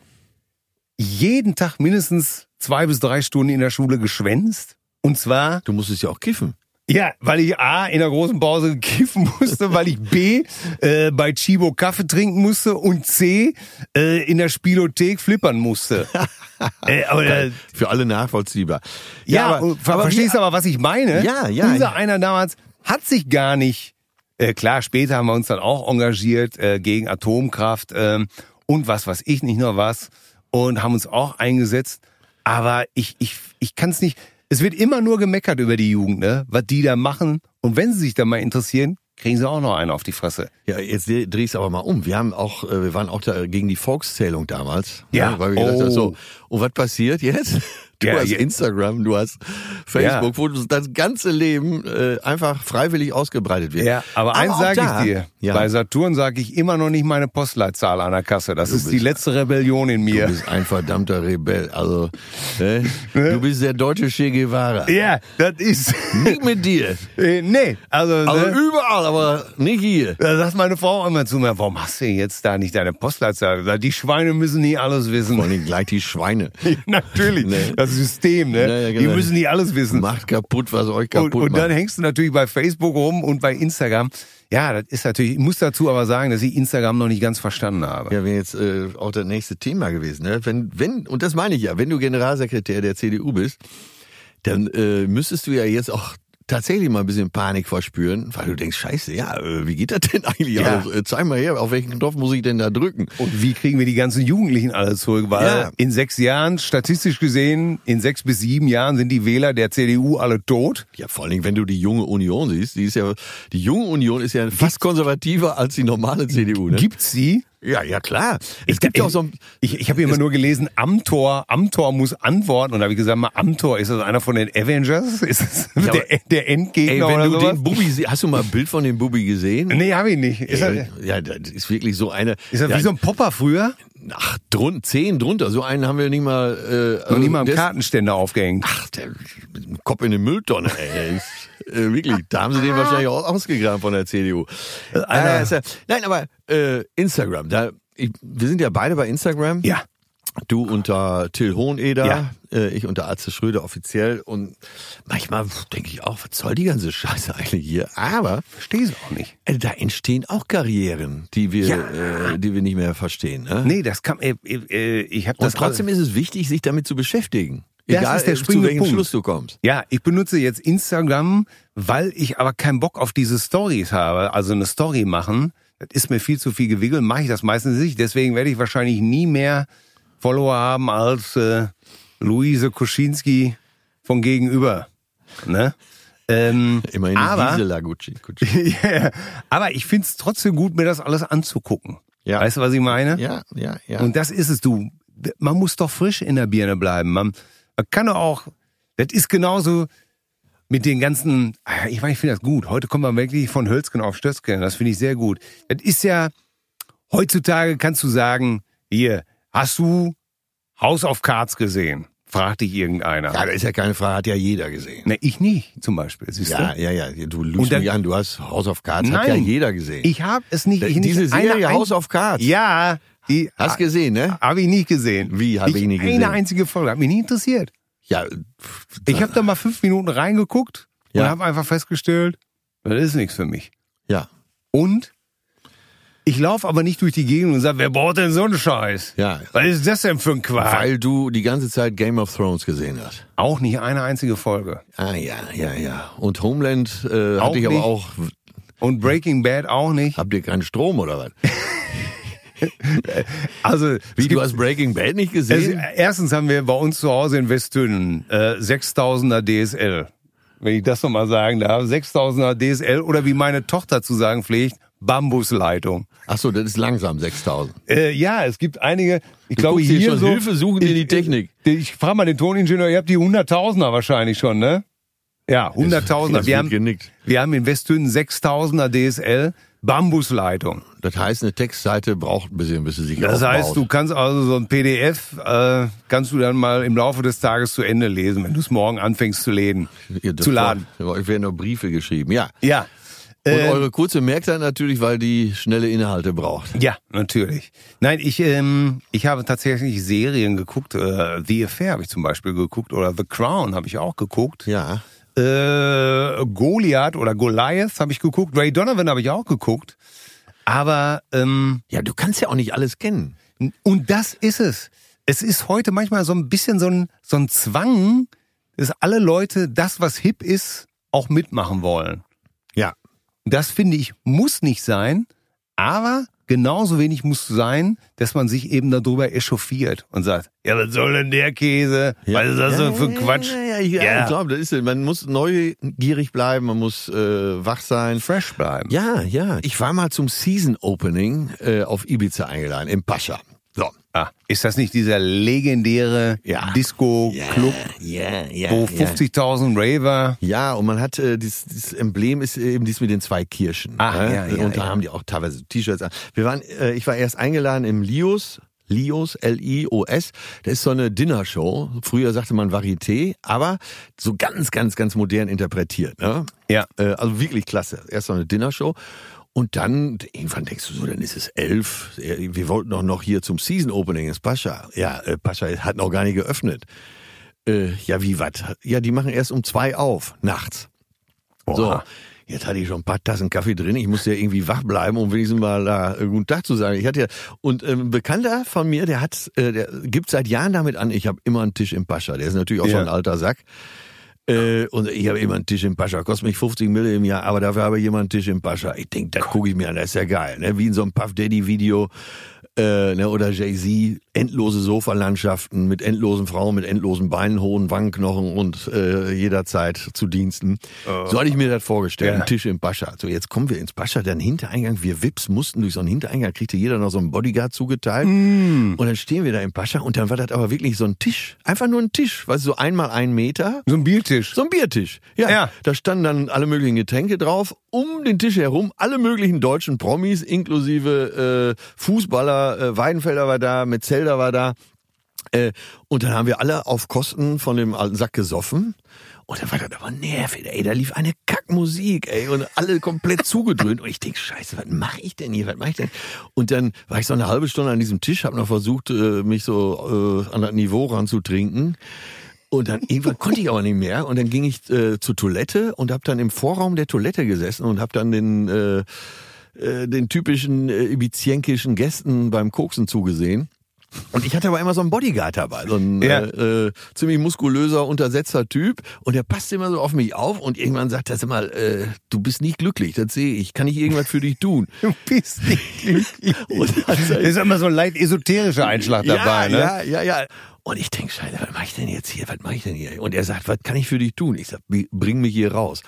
jeden Tag mindestens zwei bis drei Stunden in der Schule geschwänzt. Und zwar, Du musstest ja auch kiffen. ja, weil ich A, in der großen Pause kiffen musste, weil ich B, äh, bei Chibo Kaffee trinken musste und C, äh, in der Spielothek flippern musste. äh, aber, äh, Für alle nachvollziehbar. ja, oh, ver verstehst du aber, was ich meine? Ja, ja. Unser einer damals hat sich gar nicht, äh, klar, später haben wir uns dann auch engagiert äh, gegen Atomkraft ähm, und was weiß ich nicht noch was und haben uns auch eingesetzt. Aber ich, ich, ich kann es nicht, es wird immer nur gemeckert über die Jugend, ne? was die da machen. Und wenn sie sich da mal interessieren, kriegen sie auch noch einen auf die Fresse. Ja, jetzt dreh ich's aber mal um. Wir haben auch, äh, wir waren auch da gegen die Volkszählung damals. ne? Ja. weil wir gedacht haben, Oh. so, und was passiert jetzt? Du Ja, hast je- Instagram, du hast Facebook, Ja. wo das ganze Leben äh, einfach freiwillig ausgebreitet wird. Ja, aber, eins auch sage da- ich dir, Ja. bei Saturn sage ich immer noch nicht meine Postleitzahl an der Kasse. Das ist die letzte Rebellion in mir. Du bist ein verdammter Rebell. Also, ne? du bist der deutsche Che Guevara. Ja, das ist. Nicht mit dir. Äh, nee, also, Also ne, überall, aber nicht hier. da sagt meine Frau immer zu mir, warum hast du jetzt da nicht deine Postleitzahl? Sag, Die Schweine müssen nie alles Vor wissen. allem gleich die Schweine. Natürlich, Nee. das System, ne? Ja, ja, Die genau. müssen nie alles wissen. Macht kaputt, was euch Und, kaputt und macht. dann hängst du natürlich bei Facebook rum und bei Instagram. Ja, das ist natürlich, ich muss dazu aber sagen, dass ich Instagram noch nicht ganz verstanden habe. Ja, wäre jetzt äh, auch das nächste Thema gewesen. Ne? Wenn, wenn, und das meine ich ja, wenn du Generalsekretär der CDU bist, dann äh, müsstest du ja jetzt auch tatsächlich mal ein bisschen Panik verspüren, weil du denkst, scheiße, ja, äh, wie geht das denn eigentlich? Ja. Oh, alles? Äh, zeig mal her, auf welchen Knopf muss ich denn da drücken? Und wie kriegen wir die ganzen Jugendlichen alle zurück? Weil Ja. in sechs Jahren, statistisch gesehen, in sechs bis sieben Jahren sind die Wähler der CDU alle tot. Ja, vor allen Dingen, wenn du die junge Union siehst, die ist ja, die junge Union ist ja fast konservativer als die normale CDU. Ne? Gibt sie? Ja, ja, klar. Es gibt ja auch so ein. Ich, ich habe immer nur gelesen, Amtor, Amtor muss antworten. Und da habe ich gesagt, mal Amtor, ist das einer von den Avengers? Ist das der, der Ey, Endgegner wenn oder du sowas? den Bubi sie- hast du mal ein Bild von dem Bubi gesehen? nee, habe ich nicht. Ist Ey, das, ja, das ist wirklich so eine. ist das ja, wie so ein Popper früher? Ach, drun, zehn drunter. So einen haben wir nicht mal. Äh, also Noch nie mal am der ist- Kartenständer aufgehängt. Ach, der mit dem Kopf in eine Mülltonne, ey. Ist, äh, wirklich, da haben sie den wahrscheinlich auch ausgegraben von der CDU. Äh, einer ist ja, nein, aber äh, Instagram, da, ich, wir sind ja beide bei Instagram. Ja. Du unter Till Hoheneder, Ja. äh, ich unter Atze Schröder offiziell. Und manchmal denke ich auch, was soll die ganze Scheiße eigentlich hier? Aber Verstehe es auch nicht. äh, da entstehen auch Karrieren, die wir, äh, die wir nicht mehr verstehen. Ne? Nee, das kam. Äh, äh, ich habe Und das trotzdem ist es wichtig, sich damit zu beschäftigen. Das Egal, ist der äh, zu springende welchem Punkt. Schluss du kommst. Ja, ich benutze jetzt Instagram, weil ich aber keinen Bock auf diese Stories habe. Also eine Story machen, das ist mir viel zu viel Gewiggel, mache ich das meistens nicht. Deswegen werde ich wahrscheinlich nie mehr Follower haben als äh, Luise Kuschinski von gegenüber. Ne? Ähm, Immerhin aber, ist Gisela Gucci. Gucci. Ja, aber ich find's trotzdem gut, mir das alles anzugucken. Ja. Weißt du, was ich meine? Ja, ja, ja. Und das ist es, du. Man muss doch frisch in der Birne bleiben. Man, man kann doch auch, das ist genauso mit den ganzen, Ah, ich meine, ich finde das gut. Heute kommen wir wirklich von Hölzgen auf Stötzgen. Das finde ich sehr gut. Das ist ja, heutzutage kannst du sagen, hier, hast du House of Cards gesehen? Fragt dich irgendeiner. ja, da ist ja keine Frage, hat ja jeder gesehen. Na, ich nicht, zum Beispiel. Siehst Ja, du? ja, ja. Du Und lügst dann- mich an, du hast House of Cards, hat Nein. ja jeder gesehen. Ich habe es nicht. Ich Diese nicht Serie eine ein- House of Cards. Ja, die Hast gesehen, ne? habe ich nicht gesehen. Wie, hab ich nicht gesehen? Eine einzige Folge, hat mich nie interessiert. Ja, pff, Ich habe da mal fünf Minuten reingeguckt und Ja. habe einfach festgestellt, das ist nichts für mich. ja, Und ich laufe aber nicht durch die Gegend und sage, wer braucht denn so einen Scheiß? ja. Was ist das denn für ein Quark? Weil du die ganze Zeit Game of Thrones gesehen hast. auch nicht eine einzige Folge. Ah, ja, ja, ja. Und Homeland äh, Auch hatte ich aber nicht. auch. Und Breaking Bad auch nicht. Habt ihr keinen Strom oder was? Also, es Wie, gibt- du hast Breaking Bad nicht es, gesehen? erstens haben wir bei uns zu Hause in Westtünen äh, 6000er DSL. Wenn ich das nochmal sagen darf, 6000er DSL oder wie meine Tochter zu sagen pflegt, Bambusleitung. Ach so, das ist langsam, 6000. Äh, ja, es gibt einige, ich Du glaube guckst hier hier schon so, Hilfe suchend in die Technik. Ich, äh, ich frage mal den Toningenieur, ihr habt die Hunderttausender wahrscheinlich schon, ne? Ja, Hunderttausender. Das Wir wird haben, genickt. wir haben in Westhünen 6000er DSL Bambusleitung. Das heißt, eine Textseite braucht ein bisschen, bis sie sich Das aufbaut. heißt, du kannst also so ein PDF, äh, kannst du dann mal im Laufe des Tages zu Ende lesen, wenn du es morgen anfängst zu laden. Ihr dürft- zu laden. Euch werden nur Briefe geschrieben, ja. Ja. Und Ähm, eure kurze merkt ihr natürlich, weil die schnelle Inhalte braucht. Ja, natürlich. Nein, ich, ähm, ich habe tatsächlich Serien geguckt. Äh, The Affair habe ich zum Beispiel geguckt oder The Crown habe ich auch geguckt. Ja. Äh, Goliath oder Goliath habe ich geguckt. Ray Donovan habe ich auch geguckt. Aber, ähm, Ja, du kannst ja auch nicht alles kennen. und das ist es. Es ist heute manchmal so ein bisschen so ein, so ein Zwang, dass alle Leute das, was hip ist, auch mitmachen wollen. Ja. Das finde ich muss nicht sein, aber genauso wenig muss sein, dass man sich eben darüber echauffiert und sagt, ja, was soll denn der Käse? Was ist das denn für ein Quatsch? Ja, ja, ja, Ja. ich glaube, das ist es. Man muss neugierig bleiben, man muss äh, wach sein. Fresh bleiben. Ja, ja. Ich war mal zum Season Opening äh, auf Ibiza eingeladen, im Pascha. So. Ah, ist das nicht dieser legendäre Ja. Disco-Club, Ja, ja. wo ja. 50.000 Raver... Ja, und man hat äh, dieses, dieses Emblem ist eben dies mit den zwei Kirschen. Ach, ne? ja, ja, und da ja. haben die auch teilweise T-Shirts an. Wir waren, äh, ich war erst eingeladen im Lios. Lios, L-I-O-S, das ist so eine Dinnershow. Früher sagte man Varieté, aber so ganz, ganz, ganz modern interpretiert. Ne? Ja. Äh, also wirklich klasse. Erst so eine Dinnershow. Und dann, irgendwann denkst du so, dann ist es elf. Äh, Wir wollten doch noch hier zum Season Opening ins Pascha. Ja, äh, Pascha hat noch gar nicht geöffnet. Äh, ja, wie was? Ja, die machen erst um zwei auf, nachts. So, Oha. jetzt hatte ich schon ein paar Tassen Kaffee drin. Ich musste ja irgendwie wach bleiben, um wenigstens mal da äh, guten Tag zu sagen. Ich hatte ja, und ähm, ein Bekannter von mir, der hat, äh, der gibt seit Jahren damit an, ich habe immer einen Tisch im Pascha. Der ist natürlich auch Ja. schon ein alter Sack. Äh, und ich habe immer einen Tisch im Pascha. Kostet mich 50 Mille im Jahr, aber dafür habe ich immer einen Tisch im Pascha. Ich denke, das gucke ich mir an, das ist ja geil. Ne? Wie in so einem Puff Daddy Video äh, ne? oder Jay-Z. endlose Sofalandschaften mit endlosen Frauen, mit endlosen Beinen, hohen Wangenknochen und äh, jederzeit zu Diensten. So hatte ich mir das vorgestellt. Ja. Ein Tisch im Pascha. So, jetzt kommen wir ins Pascha, dann Hintereingang. Wir Wips mussten durch so einen Hintereingang, kriegte jeder noch so einen Bodyguard zugeteilt. Und dann stehen wir da im Pascha und dann war das aber wirklich so ein Tisch. Einfach nur ein Tisch. Weißt du, so einmal ein Meter. So ein Biertisch. So ein Biertisch. Ja, Ja. Da standen dann alle möglichen Getränke drauf, um den Tisch herum, alle möglichen deutschen Promis, inklusive äh, Fußballer, äh, Weidenfelder war da, Metzelder war da. Äh, und dann haben wir alle auf Kosten von dem alten Sack gesoffen. Und dann war das aber nervig, ey. Da lief eine Kackmusik, ey. Und alle komplett zugedröhnt. Und ich denk, scheiße, was mache ich denn hier? Was mache ich denn? Und dann war ich so eine halbe Stunde an diesem Tisch, habe noch versucht, äh, mich so äh, an das Niveau ranzutrinken. Und dann irgendwann konnte ich aber nicht mehr und dann ging ich äh, zur Toilette und habe dann im Vorraum der Toilette gesessen und habe dann den äh, äh, den typischen äh, ibizienkischen Gästen beim Koksen zugesehen. Und ich hatte aber immer so einen Bodyguard dabei, so ein Ja. äh, äh, ziemlich muskulöser, untersetzter Typ. Und der passte immer so auf mich auf und irgendwann sagt er immer, äh, du bist nicht glücklich, das sehe ich, kann ich irgendwas für dich tun? Du bist nicht glücklich. Und dann sag ich, Ist immer so ein leicht esoterischer Einschlag dabei, ja, ne? Ja, ja, ja. Und ich denke, Scheiße, was mache ich denn jetzt hier? Was mache ich denn hier? Und er sagt, was kann ich für dich tun? Ich sag, "Bi- bring mich hier raus.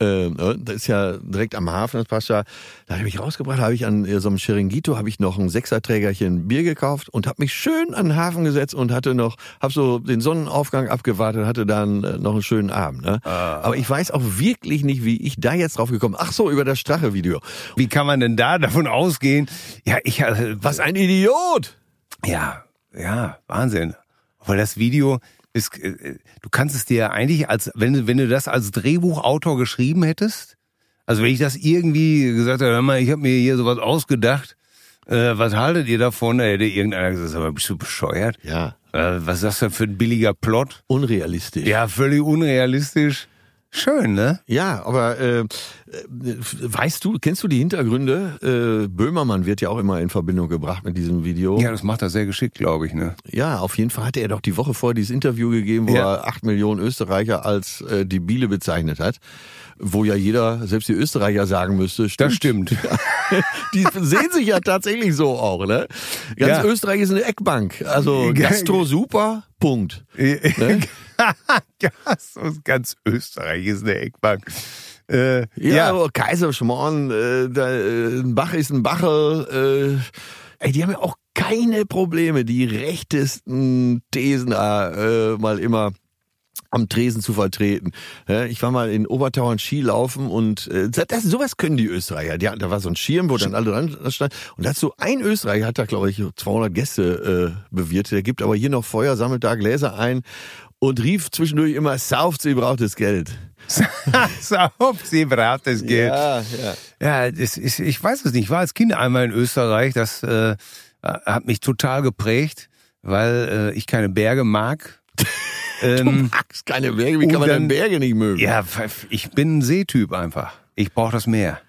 Ähm, äh, das ist ja direkt am Hafen, das Pascha. Da habe ich mich rausgebracht, habe ich an äh, so einem Chiringuito, habe ich noch ein Sechserträgerchen Bier gekauft und habe mich schön an den Hafen gesetzt und hatte noch, habe so den Sonnenaufgang abgewartet, hatte dann äh, noch einen schönen Abend. Ne? Ah. Aber ich weiß auch wirklich nicht, wie ich da jetzt drauf gekommen Ach so, über das Strache-Video. Wie kann man denn da davon ausgehen? Ja, ich, äh, Was ein Idiot! Ja, ja, Wahnsinn. Weil das Video ist, äh, du kannst es dir eigentlich als, wenn, du- wenn du das als Drehbuchautor geschrieben hättest, also wenn ich das irgendwie gesagt hätte, hör mal, ich habe mir hier sowas ausgedacht, äh, was haltet ihr davon? Da hätte irgendeiner gesagt, sag mal, bist du bescheuert? Ja, Äh, was ist das denn für ein billiger Plot? unrealistisch. Ja, völlig unrealistisch. Schön, ne? Ja, aber äh, äh, weißt du, kennst du die Hintergründe? Äh, Böhmermann wird ja auch immer in Verbindung gebracht mit diesem Video. Ja, das macht er sehr geschickt, glaube ich, ne? Ja, auf jeden Fall hatte er doch die Woche vorher dieses Interview gegeben, wo Ja. er acht Millionen Österreicher als äh, debile bezeichnet hat, wo ja jeder, selbst die Österreicher sagen müsste, Das stimmt. stimmt. die sehen sich ja tatsächlich so auch, ne? Ja. Ganz Österreich ist eine Eckbank, also Ge- Gastro super, Punkt. Ne? ja, so ist ganz Österreich ist eine Eckbank. Äh, Ja, aber Kaiserschmarrn, äh, da, äh, ein Bach ist ein Bachel. Äh, ey, die haben ja auch keine Probleme, die rechtesten Thesen da äh, mal immer am Tresen zu vertreten. Ja, Ich war mal in Obertauern Skilaufen und äh, das, sowas können die Österreicher. Ja, da war so ein Schirm, wo dann alle dran standen. Und dazu ein Österreicher hat da, glaube ich, 200 Gäste äh, bewirtet. Der gibt aber hier noch Feuer, sammelt da Gläser ein und rief zwischendurch immer, sauft, sie braucht das Geld. Saub, sie braucht das Geld. Ja, ja. das ist, ich weiß es nicht. Ich war als Kind einmal in Österreich. Das äh, hat mich total geprägt, weil äh, ich keine Berge mag. ähm, magst keine Berge. Wie kann Und man denn dann- Berge nicht mögen? ja, pf- ich bin ein Seetyp einfach. Ich brauche das Meer.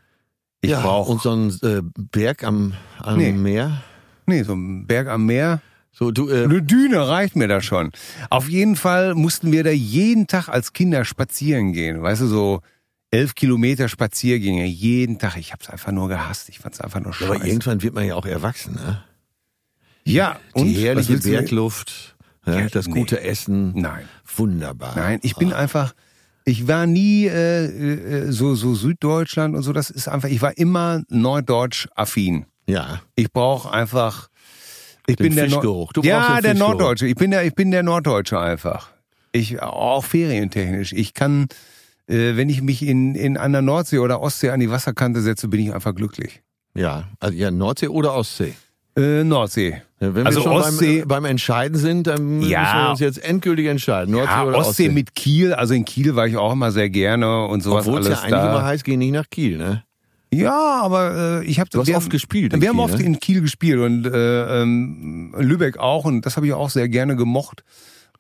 Ich ja, brauche Und so ein äh, Berg am, am Nee. Meer. nee, so einen Berg am Meer. So, du, äh, Eine Düne reicht mir da schon. Auf jeden Fall mussten wir da jeden Tag als Kinder spazieren gehen. Weißt du, so elf Kilometer Spaziergänge jeden Tag. Ich hab's einfach nur gehasst. Ich fand's einfach nur aber scheiße. irgendwann wird man ja auch erwachsen, ne? ja, Die und was herrliche willst du mir- Bergluft, ja, Ja, das nee. gute Essen. Nein. Wunderbar. Nein, ich bin einfach. Ich war nie äh, äh, so so Süddeutschland und so. Das ist einfach. Ich war immer norddeutsch affin. Ja. Ich brauche einfach. Ich Den bin der Nor- Fischgeruch. Du brauchst ja, den der Fischgeruch. Norddeutsche. Ich bin der, ich bin der Norddeutsche einfach. Ich auch ferientechnisch. Ich kann, äh, wenn ich mich in in an der Nordsee oder Ostsee an die Wasserkante setze, bin ich einfach glücklich. Ja. Also, ja, Nordsee oder Ostsee. Äh, Nordsee. Ja, Wenn Also wir schon Ostsee- beim, äh, beim Entscheiden sind, dann Ja. müssen wir uns jetzt endgültig entscheiden. Nordsee Ja, oder Ostsee, Ostsee. mit Kiel. Also in Kiel war ich auch immer sehr gerne und sowas Obwohl es alles ja eigentlich da. immer heißt, geh nicht nach Kiel, ne? Ja, aber äh, ich habe Du hast oft gespielt in Wir haben Kiel, oft ne? in Kiel gespielt und äh, ähm, Lübeck auch und das habe ich auch sehr gerne gemocht.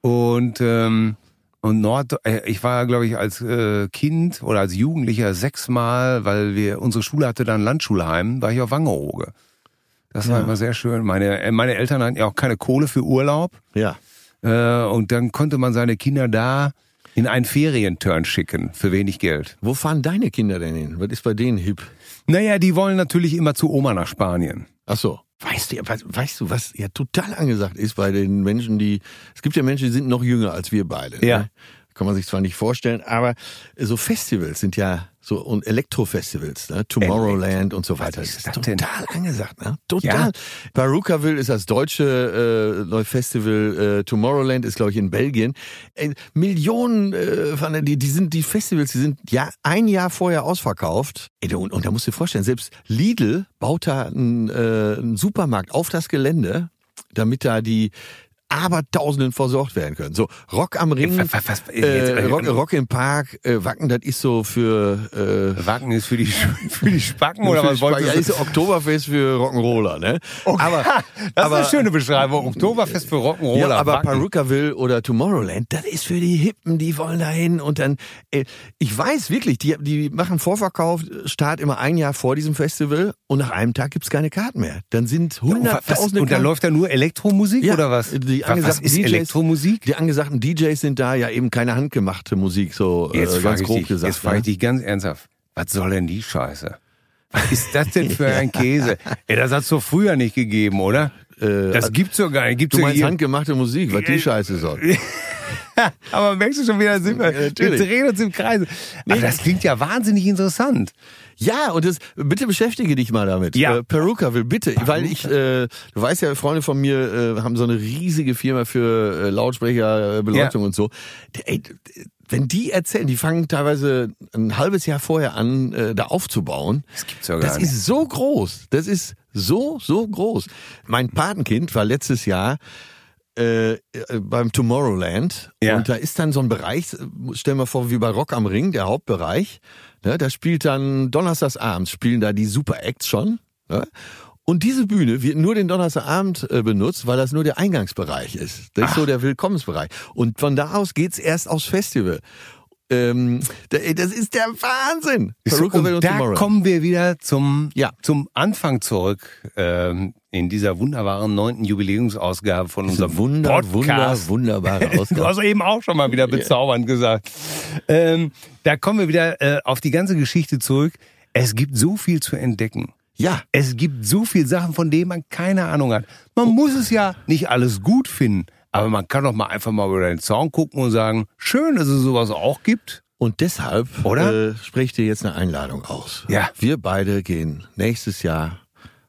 Und ähm, und Nord, äh, ich war glaube ich als äh, Kind oder als Jugendlicher sechsmal, weil wir unsere Schule hatte dann Landschulheim, war ich auf Wangerooge. Das war immer sehr schön. Meine äh, meine Eltern hatten ja auch keine Kohle für Urlaub Ja. äh, und dann konnte man seine Kinder da in einen Ferienturn schicken für wenig Geld. Wo fahren deine Kinder denn hin? Was ist bei denen hip? Naja, die wollen natürlich immer zu Oma nach Spanien. Ach so. Weißt du, weißt, weißt du, was ja total angesagt ist bei den Menschen, die. Es gibt ja Menschen, die sind noch jünger als wir beide. Ja. Ne? Kann man sich zwar nicht vorstellen, aber so Festivals sind ja so und Elektrofestivals, ne? Tomorrowland und so weiter. ist Das das ist denn? total angesagt, ne? Ja. Total. Barucaville ist das deutsche äh, neue Festival. Äh, Tomorrowland ist, glaube ich, in Belgien. Äh, Millionen äh, von der- die, die sind die Festivals, die sind ja ein Jahr vorher ausverkauft. Ey, und, und da musst du dir vorstellen, selbst Lidl baut da einen, äh, einen Supermarkt auf das Gelände, damit da die Abertausenden versorgt werden können. So, Rock am Ring, Was- was- was- äh, jetzt- Rock, Rock im Park, äh, Wacken, das ist so für... Äh, Wacken ist für die, für die Spacken oder was für wollt Spaß- ihr? ja, ist Oktoberfest für Rock'n'Roller, ne? Aber, das aber, ist eine schöne Beschreibung. Oktoberfest für Rock'n'Roller. ja, aber Wacken. Perukaville oder Tomorrowland, das ist für die Hippen, die wollen dahin und dann, äh, ich weiß wirklich, die, die machen Vorverkauf, Start immer ein Jahr vor diesem Festival und nach einem Tag gibt's keine Karten mehr. Dann sind Und wa- was, hunderttausende und da Karten- läuft da nur Elektromusik Ja, oder was? Die Wa- was angesagten ist DJs, Elektromusik? Die angesagten DJs sind da, ja eben keine handgemachte Musik, so Jetzt äh, frag ganz ich grob dich, gesagt. Jetzt frage ich ne? dich ganz ernsthaft. Was soll denn die Scheiße? Was ist das denn für ein Käse? Ey, das hat's doch früher nicht gegeben, oder? Äh, das gibt's doch gar nicht. Gibt's Du doch meinst hier- handgemachte Musik, was die Äh, Scheiße soll. Aber merkst du schon wieder, sind wir, Ja, wir natürlich. drehen uns im Kreise. Aber das klingt ja wahnsinnig interessant. Ja, und das, bitte beschäftige dich mal damit. Ja. Äh, Peruka will, bitte. Weil ich, äh, du weißt ja, Freunde von mir äh, haben so eine riesige Firma für äh, Lautsprecher, äh, Beleuchtung Ja. und so. Der, ey, d- wenn die erzählen, die fangen teilweise ein halbes Jahr vorher an, äh, da aufzubauen. Das gibt's ja gar Das nicht. ist so groß. Das ist so, so groß. Mein Patenkind war letztes Jahr äh, äh, beim Tomorrowland. Ja. Und da ist dann so ein Bereich, äh, stellen wir vor, wie bei Rock am Ring, der Hauptbereich. Ne, da spielt dann donnerstags abends, spielen da die Super Acts schon. Ne? Und diese Bühne wird nur den Donnerstagabend äh, benutzt, weil das nur der Eingangsbereich ist. Das ist so der Willkommensbereich. Und von da aus geht's erst aufs Festival. Ähm, da- ey, das ist der Wahnsinn. Perukaville und da Tomorrowland. kommen wir wieder zum, Ja. zum Anfang zurück ähm, in dieser wunderbaren neunten Jubiläumsausgabe von unserem Wunder, wunder, Podcast. Also wunderbare Du Ausgabe. hast eben auch schon mal wieder bezaubernd gesagt. Ähm, da kommen wir wieder äh, auf die ganze Geschichte zurück. Es gibt so viel zu entdecken. ja, Es gibt so viel Sachen, von denen man keine Ahnung hat. Man muss es ja nicht alles gut finden, aber man kann doch mal einfach mal über den Zaun gucken und sagen, schön, dass es sowas auch gibt. und deshalb Oder? Äh, spreche ich dir jetzt eine Einladung aus. Ja. Wir beide gehen nächstes Jahr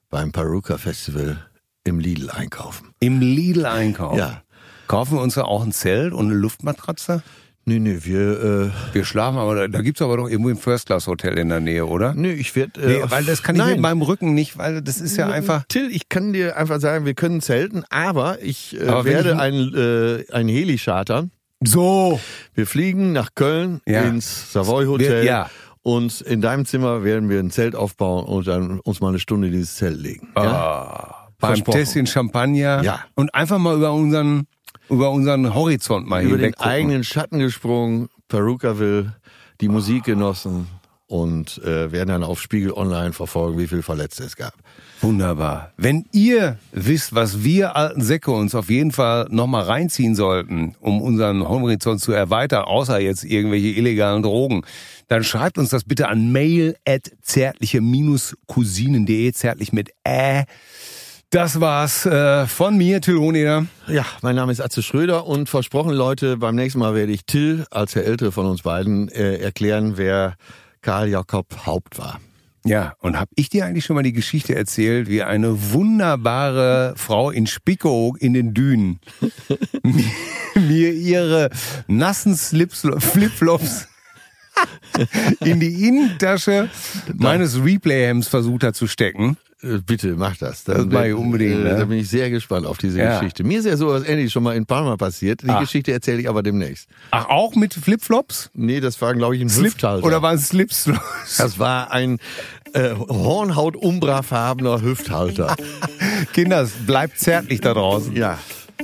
beim Paruka Festival im Lidl einkaufen. Im Lidl einkaufen. Ja. Kaufen wir uns da auch ein Zelt und eine Luftmatratze? Nee, nee, wir, äh, Wir schlafen aber, da, da gibt's aber doch irgendwo ein First-Class-Hotel in der Nähe, oder? nee, ich werde... Nee, Äh, weil das kann ich nein. Äh, mit meinem Rücken nicht, weil das ist ja einfach... Till, ich kann dir einfach sagen, wir können zelten, aber ich äh, Aber wenn werde ich- ein, äh, ein Heli chartern. So! Wir fliegen nach Köln Ja. ins Savoy Hotel Wir- ja. und in deinem Zimmer werden wir ein Zelt aufbauen und dann uns mal eine Stunde in dieses Zelt legen. Oh, Ja? beim Versprochen. Tässchen Champagner Ja. und einfach mal über unseren über unseren Horizont mal Über den hinweg gucken. eigenen Schatten gesprungen, Perukaville, die Musik genossen und äh, werden dann auf Spiegel Online verfolgen, wie viel Verletzte es gab. Wunderbar. Wenn ihr wisst, was wir alten Säcke uns auf jeden Fall nochmal reinziehen sollten, um unseren Horizont zu erweitern, außer jetzt irgendwelche illegalen Drogen, dann schreibt uns das bitte an mail at zärtliche-cousinen.de, zärtlich mit Ä. Das war's äh, von mir, Till Honeder. Ja, mein Name ist Atze Schröder und versprochen, Leute, beim nächsten Mal werde ich Till als der Ältere von uns beiden äh, erklären, wer Karl Jakob Haupt war. Ja, und hab ich dir eigentlich schon mal die Geschichte erzählt, wie eine wunderbare Frau in Spickeroog in den Dünen mir, mir ihre nassen Slips, Flipflops in die Innentasche meines Replay-Hems versucht hat zu stecken. Äh, Bitte mach das. Das mach ich unbedingt, ne? Da bin ich sehr gespannt auf diese Ja. Geschichte. Mir ist ja sowas ähnlich schon mal in Palma passiert. Die Ah. Geschichte erzähle ich aber demnächst. Ach, auch mit Flipflops? Nee, das war, glaube ich, ein Slip Hüfthalter. oder waren es Slips? das war ein äh, Hornhaut-Umbra-farbener Hüfthalter. Kinder, es bleibt zärtlich da draußen. ja.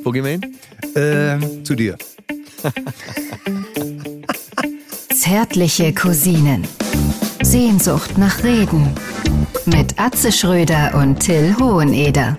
Wo gehen wir hin? Ähm, zu dir. Zärtliche Cousinen. Sehnsucht nach Reden. Mit Atze Schröder und Till Hoheneder.